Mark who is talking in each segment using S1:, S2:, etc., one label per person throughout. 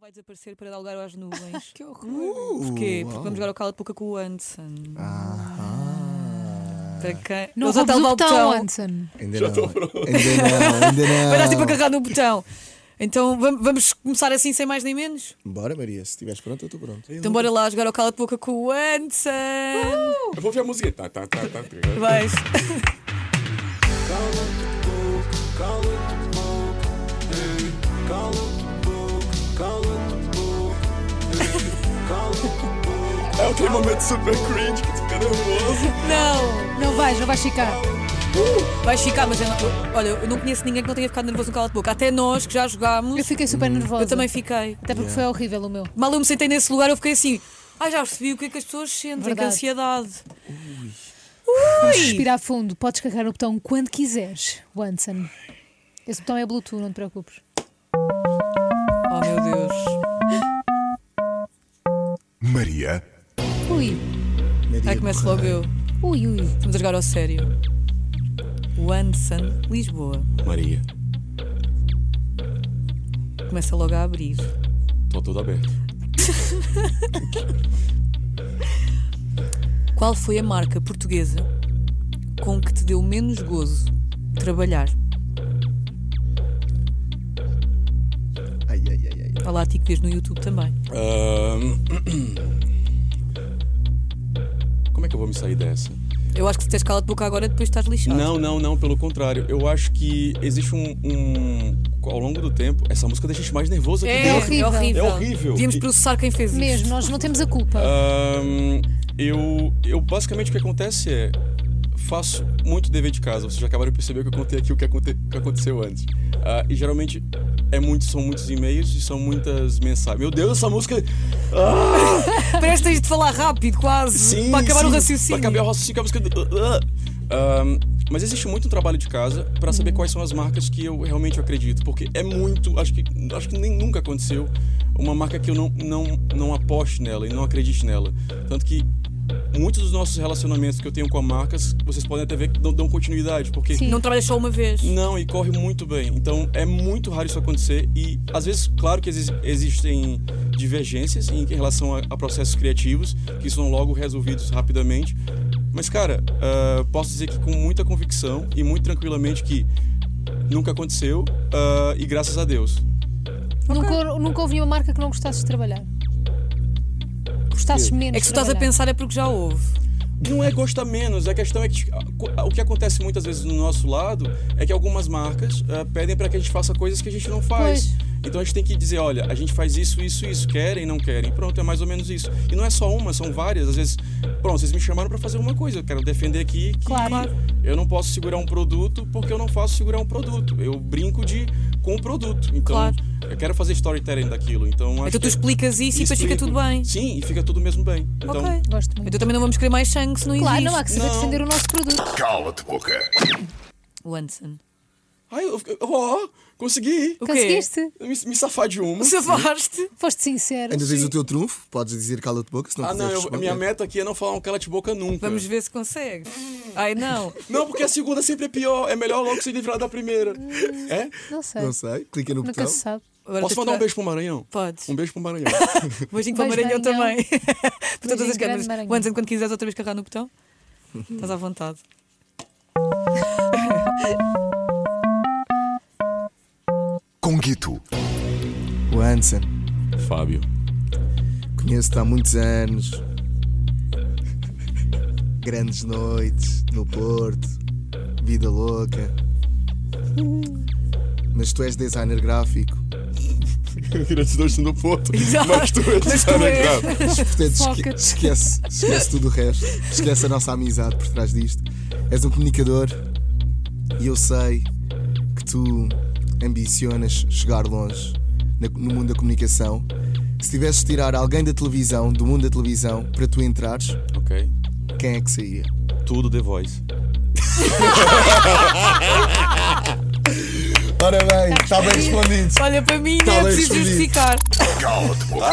S1: vai desaparecer para dar lugar às nuvens.
S2: Que horror.
S1: Porquê? Porque
S3: uau.
S1: vamos jogar o Cala de Boca com o Anderson.
S3: Ah,
S1: Para quem...
S2: Não
S1: Eles até
S2: roubes o
S1: levar
S2: botão, Anson.
S3: ainda não. Ainda não, ainda não.
S1: Vai dar tipo a carregar no botão. Então vam- vamos começar assim, sem mais nem menos.
S3: Bora, Maria, se estiveres pronto, eu estou pronto.
S1: Então bora lá jogar o Cala de Boca com o Anderson.
S4: Eu vou ouvir a música. Tá, tá, tá, tá.
S1: Vais.
S4: É aquele momento super cringe que tu fica nervoso.
S1: Não!
S2: Não vais, não vais ficar.
S1: Vais ficar, mas eu não- olha, eu não conheço ninguém que não tenha ficado nervoso no Cala de Boca. Até nós que já jogámos,
S2: Eu fiquei super nervosa.
S1: Hum, eu também fiquei.
S2: Até porque foi horrível o meu.
S1: Mal eu me sentei nesse lugar, eu fiquei assim. Ai, já percebi o que é que as pessoas sentem,
S2: Verdade.
S1: que ansiedade. Ui!
S2: Respira a fundo, podes carregar o botão quando quiseres, Wanson. Esse botão é Bluetooth, não te preocupes.
S1: Oh meu Deus.
S5: Maria,
S2: Ui,
S3: Maria,
S1: Aí começo logo eu.
S2: ui, ui.
S1: Vamos a jogar ao sério. Anderson, Lisboa.
S4: Maria,
S1: Começa logo a abrir.
S4: tô todo aberto.
S1: Qual foi a marca portuguesa com que te deu menos gozo trabalhar?
S3: Ai, ai, ai, ai.
S1: Olha lá, a ti que vês no YouTube também.
S4: Ahn, Como é que eu vou me sair dessa?
S1: Eu acho que se tens cala de boca agora, depois estás lixado.
S4: Não, não, não, pelo contrário. Eu acho que existe um. um- Ao longo do tempo, essa música deixa a gente mais nervoso aqui
S1: É,
S2: É
S4: dentro.
S2: horrível.
S1: horrível.
S4: É horrível.
S1: Devíamos
S4: E-
S1: processar quem fez
S2: Mesmo,
S1: isto.
S2: nós não temos a culpa.
S4: Ahn, eu, eu basicamente o que acontece é faço muito dever de casa. Vocês já acabaram de perceber que eu contei aqui o que, aconte- o que aconteceu antes. Ah, e geralmente é muito, são muitos e-mails e são muitas mensagens. Meu Deus, essa música.
S1: Parece que tens de falar rápido, quase.
S4: Sim,
S1: para acabar
S4: sim,
S1: o raciocínio.
S4: Para acabar o raciocínio, que a música. Ah, ah. Ahn, mas existe muito trabalho de casa para saber quais são as marcas que eu realmente acredito, porque é muito, acho que acho que nem nunca aconteceu uma marca que eu não não não aposte nela e não acredite nela. Tanto que muitos dos nossos relacionamentos que eu tenho com a marcas, vocês podem até ver que dão, dão continuidade, porque
S2: Sim.
S1: Não trabalhas só uma vez.
S4: não, e corre muito bem. Então é muito raro isso acontecer. E às vezes, claro que exi- existem divergências em relação a, a processos criativos, que são logo resolvidos rapidamente. Mas, cara, ah, posso dizer que com muita convicção e muito tranquilamente que nunca aconteceu, ah, e graças a Deus.
S1: Ah.
S2: Nunca, nunca ouvi uma marca que não gostasses de trabalhar. Gostasses menos.
S1: É que se tu estás a pensar é porque já houve.
S4: Não é gostar menos, a questão é que o que acontece muitas vezes no nosso lado é que algumas marcas ah, pedem para que a gente faça coisas que a gente não faz.
S2: Pois.
S4: Então a gente tem que dizer, olha, a gente faz isso, isso, isso, querem, não querem. Pronto, é mais ou menos isso. E não é só uma, são várias. Às vezes, pronto, vocês me chamaram para fazer uma coisa, eu quero defender aqui que
S2: Claro.
S4: eu não posso segurar um produto porque eu não faço segurar um produto. Eu brinco de com o produto. Então,
S1: Claro.
S4: eu quero fazer storytelling daquilo. Então, acho
S1: Então tu
S4: que-
S1: explicas isso e depois fica
S4: explico.
S1: tudo bem.
S4: é- Sim, e fica tudo mesmo bem. Então,
S1: ok.
S2: Gosto muito.
S1: Então também não vamos querer mais sangue se não
S2: Claro,
S1: existe.
S2: não há que saber
S4: Não.
S2: defender o nosso produto.
S5: cala-te boca.
S1: Wanson.
S4: Ai, eu, eu, ó, consegui.
S1: O quê?
S2: Conseguiste?
S4: Eu Me, me safar de uma.
S1: Safaste?
S2: Foste sincero.
S3: Ainda tens o teu trunfo, podes dizer cala-te boca, se não
S4: Ah, não,
S3: quiseres
S4: eu-
S3: responder.
S4: minha meta aqui é não falar um cala de boca nunca.
S1: Vamos ver se consegues. Ai não.
S4: Não, porque a segunda sempre é pior. É melhor logo se livrar da primeira.
S3: Hum.
S4: É?
S2: Não sei.
S3: Não sei, clica no
S2: Nunca
S3: botão.
S2: se
S1: Então?
S2: sabe.
S1: Agora
S4: Posso
S1: tens de
S4: mandar um
S1: tirar-
S4: beijo pro Maranhão?
S1: Podes.
S4: Um beijo pro Maranhão.
S1: Beijinho para o
S2: Beijo,
S1: Maranhão também.
S2: Maranhão.
S1: Para todas as
S2: Beijinho, grande
S1: câmaras.
S2: Maranhão.
S1: Wanson, quando quiseres outra vez carregar no botão, estás à vontade.
S5: Conguito,
S3: O Hansen,
S4: Fábio.
S3: conheço-te há muitos anos. Grandes noites no Porto, vida louca. Mas tu és designer gráfico,
S4: Grandes dois no Porto.
S1: Exato.
S4: Mas tu é és
S1: Mas tu é. és.
S4: desagradável.
S3: portanto esque-
S2: Foca-te.
S3: esquece, esquece tudo o resto, esquece a nossa amizade por trás disto. És um comunicador e eu sei que tu ambicionas chegar longe na- no mundo da comunicação. Se tivesses de tirar alguém da televisão, do mundo da televisão, para tu entrares,
S4: Ok.
S3: quem é que saía?
S4: Tudo The Voice.
S3: Ora bem,
S2: Tá
S3: está bem respondido.
S1: Olha, para mim não
S3: Tá
S1: é
S3: bem
S1: preciso
S3: escolhido.
S1: justificar.
S5: cala-te boca.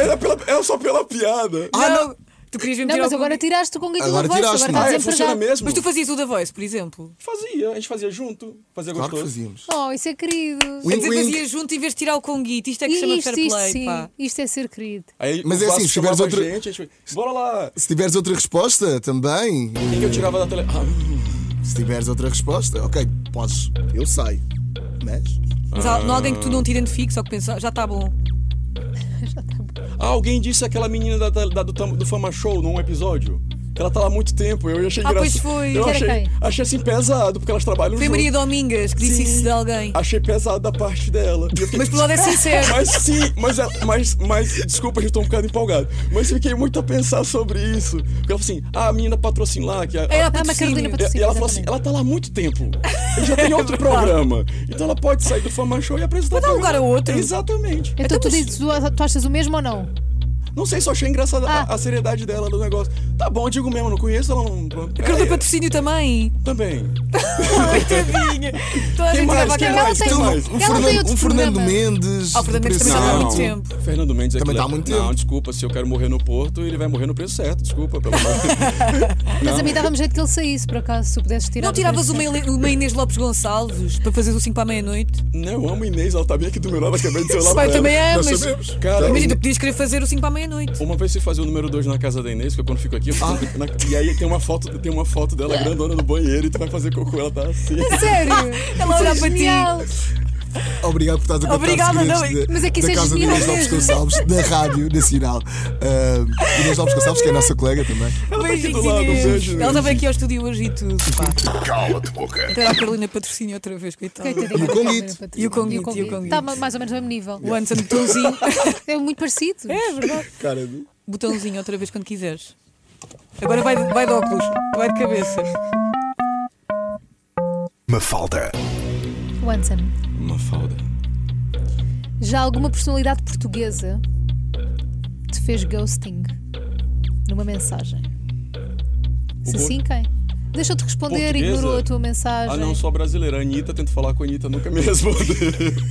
S4: Era, é pela, era só pela piada.
S3: Ah, não!
S1: Tu querias me
S2: Não,
S1: tirar
S2: mas
S1: o
S2: agora
S1: Conguito.
S2: tiraste o Conguito
S3: Agora
S2: do voice, agora
S3: tiraste-me.
S2: está
S3: Ah,
S4: é, funciona
S2: desempregado.
S4: mesmo.
S1: Mas tu fazias o da voice, por exemplo.
S4: Fazia, a gente fazia junto, fazia
S3: Claro que
S4: gostoso.
S3: fazíamos.
S2: Oh, isso é querido.
S1: Quer
S3: Wink,
S1: dizer,
S3: wink.
S1: fazias junto em vez de tirar o Conguito. Isto é que
S2: E
S1: se chama
S2: isto,
S1: fair
S2: isto,
S1: play,
S2: sim.
S1: pá.
S2: Isto é ser querido.
S4: Aí,
S3: Mas
S4: o
S3: é assim,
S4: Vasco
S3: se tiveres
S4: chamava a
S3: outro-
S4: Gente, a gente foi, Bora lá!
S3: Se tiveres outra resposta, também.
S4: Quem que eu tirava da tele... Ah,
S3: Se tiveres outra resposta, ok, podes. Eu saio. Mas.
S1: Mas há não há alguém que tu não te identifiques ou que pensa, já está bom.
S4: Ah, alguém disse aquela menina da- da- da- do, tam- do Fama Show num episódio. Que ela tá lá há muito tempo. Eu achei
S1: Ah,
S4: engraçado.
S1: pois foi.
S4: Eu
S1: Que era
S4: achei,
S2: quem?
S4: achei assim pesado, porque elas trabalham
S1: Foi a
S4: junto.
S1: Maria Domingas que disse
S4: Sim.
S1: isso de alguém.
S4: Achei pesado da parte dela. E eu fiquei-
S1: Mas pelo lado é sincero.
S4: Mas sim, mas, ela- mas, mas desculpa, a gente tá um bocado empolgado. Mas fiquei muito a pensar sobre isso. Porque ela falou assim: ah, a menina patrocina lá. Que a,
S1: Era
S2: Ah, mas
S1: patrocínio.
S2: Carolina
S4: e, e
S2: patrocina.
S4: ela falou assim: ela tá lá há muito tempo. E já tem outro programa. Então ela pode sair do Fama Show e apresentar.
S1: Pode dar
S4: o
S1: lugar a
S4: programa.
S1: é outro.
S4: Exatamente.
S2: Então tu dizes, tu, tu achas o mesmo ou não?
S4: Não sei, só achei engraçada a-
S2: Ah.
S4: a, seriedade dela do negócio. Tá bom, eu digo mesmo, não conheço ela não. pronto.
S1: A Carolina
S4: É,
S1: patrocínio também.
S4: Também.
S1: Coitadinha. Toda a
S4: Quem
S1: gente
S4: mais?
S1: tirava
S4: Quem
S1: aquela.
S4: mais?
S2: tem-
S4: Quem mais?
S3: Um,
S2: Ela tem
S3: Fernando,
S2: outro Oh,
S3: um Fernando
S2: programa.
S3: Mendes.
S1: Ah, o Fernando Mendes também
S3: do Preço
S1: tá há
S3: Alto.
S1: muito tempo.
S4: Fernando Mendes é
S3: Também
S4: aquilo-
S3: dá há muito
S4: Não,
S3: tempo.
S4: desculpa, se eu quero morrer no Porto, ele vai morrer no preço certo. Desculpa, pelo amor de
S2: Mas a mim dava-me jeito que ele saísse, por acaso, se tu pudesses tirar.
S1: Não tiravas uma, Ele- uma Inês Lopes Gonçalves para fazer o 5 para a meia-noite?
S4: Não, eu amo Inês, ela tá bem aqui do meu lado, acabei de dizer
S1: Pai,
S4: lá pra ela.
S1: também é,
S4: Nós
S1: mas-
S4: sabemos. Cara, um-
S1: Imagina, tu podias querer fazer o 5 para a meia-noite.
S4: uma vez se fazia o número 2 na casa da Inês, que eu quando fico aqui, eu fico
S3: Ah.
S4: na- e aí tem uma foto, tem uma foto dela grandona no banheiro e tu vai fazer cocô, ela tá assim.
S2: Sério?
S1: Ela
S2: Isso
S1: olha
S2: é
S1: para ti.
S2: genial.
S3: Obrigado por estás a contar
S1: Obrigada,
S3: segredos
S1: não,
S3: da-
S2: mas é que isso
S3: da
S2: é
S3: Casa de
S2: genial
S3: Inês Lopes
S2: mesmo.
S3: Gonçalves, da Rádio Nacional. Ah, Inês Lopes Gonçalves, que é a nossa colega também.
S4: tá aqui
S1: Beijinhos,
S4: do lado, um
S1: Inês.
S4: beijo.
S1: Ela estava aqui ao estúdio hoje e tudo. pá.
S5: Cala-te, boca.
S1: Então era a Carolina patrocínio outra vez, coitada.
S2: Coitadinha,
S3: E o
S2: da
S3: Conguito.
S2: Carolina
S1: E o Conguito, e o
S2: Patrocínio.
S1: Conguito.
S2: Tá ma- mais ou menos no mesmo nível.
S1: O Anderson Botãozinho.
S2: É muito parecido.
S1: É verdade.
S3: Cara, não-
S1: Botãozinho outra vez quando quiseres. Agora vai, vai de óculos, vai de cabeça.
S5: Mafalda.
S2: O Anson,
S4: Uma falda.
S2: já alguma personalidade portuguesa te fez ghosting numa mensagem? Se
S4: O go-
S2: sim, quem? Deixou-te responder,
S4: Portuguesa?
S2: ignorou a tua mensagem.
S4: Ah, não, sou a brasileira. A Anitta, tento falar com a Anitta, nunca me respondeu.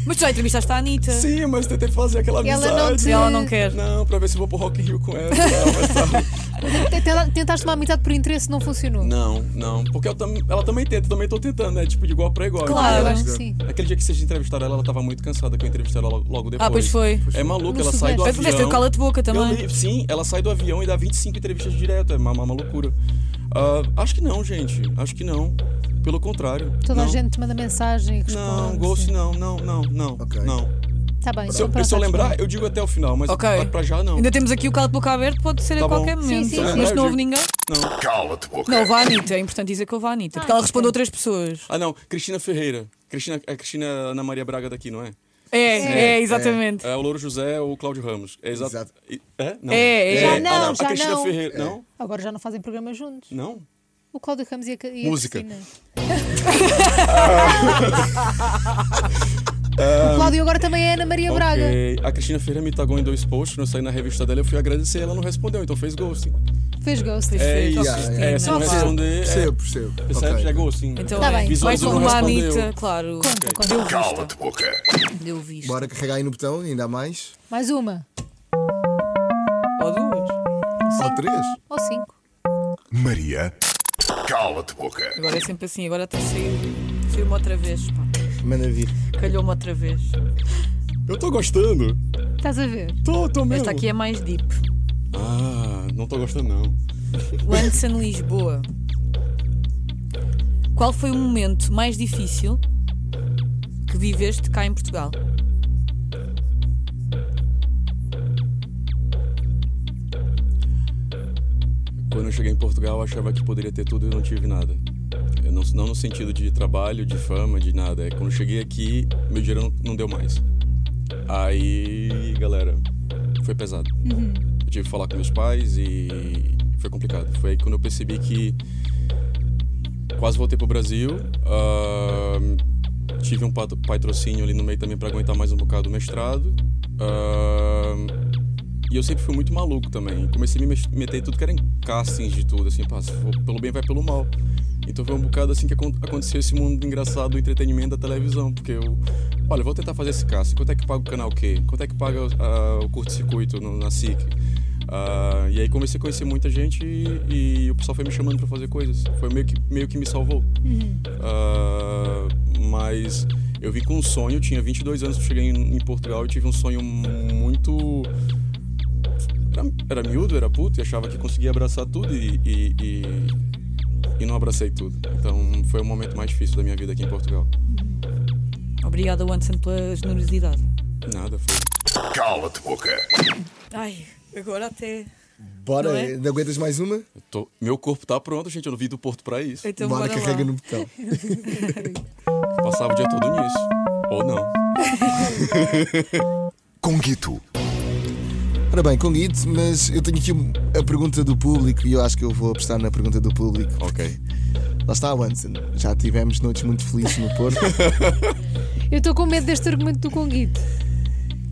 S1: Mas tu já entrevistaste a Anitta.
S4: Sim, mas tentei fazer aquela
S2: Ela
S4: amizade.
S2: não te-
S1: Se ela não quer.
S4: Não, pra ver se eu vou pro Rock in Rio com ela. Não, mas tá.
S2: Tenta- Tentaste uma amizade por interesse, não funcionou.
S4: não, não. Porque eu tam- ela também tenta, eu também tô tentando, né? Tipo, de igual pra igual.
S1: Claro.
S2: Eu
S4: entendeu?
S2: acho que sim.
S4: Aquele dia que vocês entrevistaram ela, ela tava muito cansada que eu entrevistei ela lo- logo depois.
S1: Ah, pois foi.
S4: É maluco,
S2: No
S4: ela sai
S2: Sudeste.
S4: do
S1: Mas
S4: avião.
S1: pudeste ter o cala-te-boca
S4: Eu
S1: também.
S4: li- sim, ela sai do avião e dá 25 entrevistas direto. É uma, uma loucura. Ah, acho que não, gente. Acho que não. Pelo contrário.
S2: Toda
S4: não.
S2: a gente te manda mensagem e responde.
S4: Não, ghost não, não, não, não.
S3: Ok.
S4: Não.
S2: Tá bem,
S4: Se eu,
S2: então
S4: se eu
S2: pronto,
S4: lembrar,
S2: acho
S4: eu digo até o final, mas
S1: Ok.
S4: pra- pra já não.
S1: Ainda temos aqui o calo de boca aberto, pode ser
S4: Tá
S1: a
S4: bom.
S1: qualquer momento.
S2: sim, sim.
S1: Mas se não houve
S4: É,
S1: ninguém.
S4: Não.
S5: Cala-te, boca.
S1: Não, vá a Anitta, é importante dizer que houve a Anitta, porque
S2: Ah,
S1: ela responde a outras pessoas.
S4: Ah, não. Cristina Ferreira. Cristina, é Cristina Ana Maria Braga daqui, não é?
S1: É, é, exatamente.
S4: É o Louro José ou o Cláudio Ramos. É exato.
S3: Exato.
S4: É? Não.
S1: É, é. Já
S2: não,
S4: Ah,
S2: já
S4: a Cristina
S2: não.
S4: Ferreira. Não?
S2: bem. Agora já não fazem programa juntos.
S4: Não?
S2: O Cláudio Ramos e a, e a
S4: Música.
S2: Cristina. o Cláudio agora também é Ana Maria Braga.
S4: Ok. A Cristina Ferreira me tagou em dois posts, não saí na revista dela, eu fui agradecer, ela não respondeu, então fez ghosting.
S2: Fez ghost.
S4: É
S1: Perfeito,
S4: isso.
S1: ó, Cristina.
S4: É, se não
S2: Não faz.
S4: responder.
S3: Percebo,
S4: É,
S3: percebo.
S4: percebe?
S3: Ok.
S4: É ghosting.
S1: Então
S2: Tá
S1: é,
S2: bem.
S1: vai
S4: Visualizou,
S1: com
S4: não
S1: a
S4: respondeu.
S1: Anitta, claro.
S2: Conta, conta.
S1: Deu vista.
S5: Cala-te, boca.
S1: Deu vista.
S3: Bora carregar aí no botão, ainda há mais.
S2: Mais uma.
S1: Ou duas.
S3: Ou três.
S2: Ou cinco.
S5: Maria. Cala-te, boca.
S1: Agora é sempre assim, agora até saiu. Saiu-me outra vez, pá.
S3: Manda vir.
S1: Calhou-me outra vez.
S4: Eu tô gostando.
S2: Estás a ver?
S4: Tô, tô mesmo.
S1: Esta aqui é mais deep.
S4: Ah, não tô gostando, não.
S1: O Anderson Lisboa. Qual foi o momento mais difícil que viveste cá em Portugal?
S4: Quando eu cheguei em Portugal, eu achava que poderia ter tudo e eu não tive nada. Eu não, não no sentido de trabalho, de fama, de nada. É quando eu cheguei aqui, meu dinheiro não, não deu mais. Aí, galera, foi pesado. Eu tive que falar com meus pais e foi complicado. Foi aí quando eu percebi que quase voltei pro Brasil. Ahn, tive um pat- patrocínio ali no meio também para aguentar mais um bocado o mestrado. ah, Ahn, e eu sempre fui muito maluco também. Comecei a me mex- meter em tudo que era em castings de tudo, assim, pá, se for pelo bem vai pelo mal. Então foi um bocado assim que acon- aconteceu esse mundo engraçado do entretenimento da televisão, porque eu, olha, eu assim, vou tentar fazer esse casting, quanto é que paga o canal Q? Quanto é que paga ah, o curto-circuito no- na SIC? Ah, e aí comecei a conhecer muita gente e, e o pessoal foi me chamando pra fazer coisas. Foi meio que, meio que me salvou. Ah, mas eu vim com um sonho, eu tinha 22 anos que eu cheguei em, em Portugal e tive um sonho muito. Era, era miúdo, era puto e achava que conseguia abraçar tudo e, e, e, e não abracei tudo. Então foi o momento mais difícil da minha vida aqui em Portugal.
S1: Obrigada, Anderson, pela generosidade.
S4: Nada, foi.
S5: Cala-te boca.
S1: Ai, agora até.
S3: Bora,
S1: Não
S3: não
S1: é?
S3: aguentas mais uma?
S4: eu tô- meu corpo tá pronto, gente, eu não vim do Porto pra isso.
S1: Então
S3: Bora,
S1: bora
S3: carrega
S1: lá.
S3: no botão.
S4: Passava o dia todo nisso. Ou não.
S5: Conguito.
S3: Ora bem, com Guido, mas eu tenho aqui um- a pergunta do público e eu acho que eu vou apostar na pergunta do público.
S4: Ok.
S3: Lá está, Wanson. Já tivemos noites muito felizes no Porto.
S2: Eu estou com medo deste argumento do Conguito.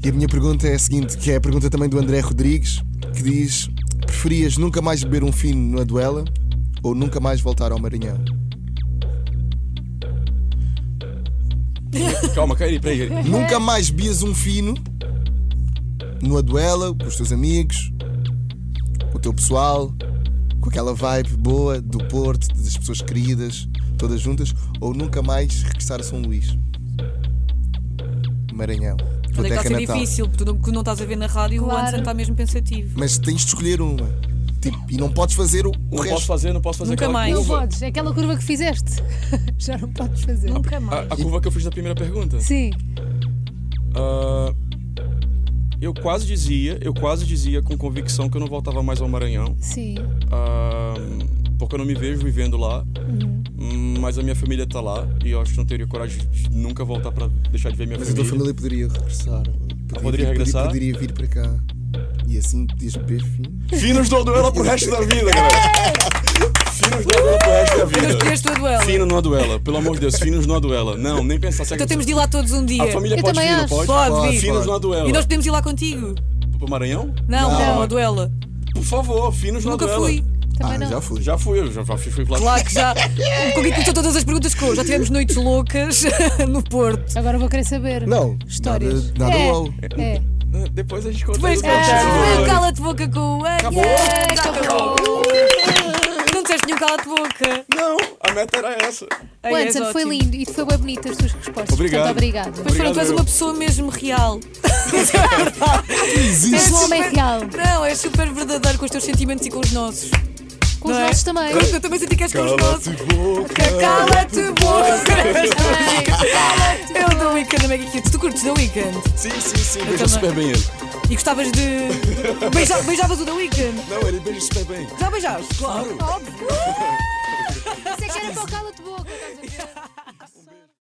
S3: e a minha pergunta é a seguinte, que é a pergunta também do André Rodrigues, que diz: preferias nunca mais beber um fino na duela ou nunca mais voltar ao Maranhão?
S4: Calma, Kairi, peraí. Kairi.
S3: Nunca mais bias um fino numa duela com os teus amigos, com o teu pessoal, com aquela vibe boa do Porto, das pessoas queridas, todas juntas, ou nunca mais regressar a São Luís. Maranhão. Tua
S1: Olha que está a
S3: terra
S1: ser
S3: natal.
S1: difícil, porque tu não, que não estás a ver na rádio o
S2: Claro.
S1: Anderson está mesmo pensativo.
S3: Mas tens de escolher uma. Tipo, e não podes fazer o, o
S4: Não
S3: resto.
S4: posso fazer, não posso fazer
S1: Nunca
S4: aquela
S1: mais.
S2: Não
S1: Uva.
S4: curva.
S2: podes, é aquela curva que fizeste. Já não podes fazer.
S1: Nunca
S4: A,
S1: mais.
S4: a curva que eu fiz na primeira pergunta.
S2: Sim,
S4: Ah, eu quase dizia, eu quase dizia com convicção que eu não voltava mais ao Maranhão.
S2: sim.
S4: Ah, porque eu não me vejo vivendo lá.
S1: Uhum.
S4: Mas a minha família tá lá e eu acho que não teria coragem de nunca voltar pra deixar de ver minha
S3: Mas a
S4: família.
S3: tua família poderia regressar. Poderia,
S4: Poderia regressar?
S3: Poderia vir para cá. E assim podias beber fino.
S4: Finos do duela pro resto da vida, galera. Finos do duela pro resto da
S1: Mas
S4: vida.
S1: devias tua duela.
S4: Fino numa duela, pelo amor de Deus, finos numa duela. Não, nem pensar se é
S1: Então
S4: que-
S1: temos de ir lá todos um dia.
S4: A família
S2: Eu
S4: pode
S2: também
S4: vir, não
S2: acho.
S4: pode?
S1: Pode vir.
S4: Finos
S3: Pode.
S4: numa duela.
S1: E nós podemos ir lá contigo.
S4: Pro Maranhão?
S1: Não, não, uma duela.
S4: Por favor, finos numa
S1: Nunca
S4: duela.
S1: fui.
S2: Também
S3: Ah,
S2: não.
S3: já fui.
S4: Já fui, eu já já fui, fui lá.
S1: Claro que já. O Coquito começou todas as perguntas que já tivemos noites loucas no Porto.
S2: Agora vou querer saber.
S3: Não,
S2: Histórias.
S3: nada- nada
S2: é,
S3: uau.
S2: É.
S4: Depois a gente conta. né?
S1: Depois
S4: isso
S1: cá
S4: pra vocês, por
S1: foi o
S4: favor.
S1: cala-te boca com o
S4: Acabou?
S1: Yeah, já
S2: Então,
S1: acabou. Não disseste nenhum cala-te boca.
S4: Não, a meta era essa.
S1: Ai,
S2: O
S1: és
S2: Anderson, foi
S1: ótimo.
S2: lindo e foi bem bonito as tuas respostas.
S4: Obrigado.
S2: Portanto, obrigado.
S1: Mas pronto, tu és
S4: eu.
S1: uma pessoa mesmo real.
S3: Existe.
S2: És um homem real.
S1: Não, és super verdadeiro com os teus sentimentos e com os nossos.
S2: Com os
S1: Não é?
S2: nossos também.
S1: Eu, eu também senti que és com os nossos. Cala-te, boca! Eu do Weekend da Mega Kids. Tu curtes da Weekend?
S4: Sim, sim, sim, beija
S1: também.
S4: super bem ele.
S1: E gostavas de. Beija- Beijavas o da Weekend?
S4: Não, ele beija super bem.
S1: Já beijaste? Claro! Óbvio!
S2: Isso é que era para o cala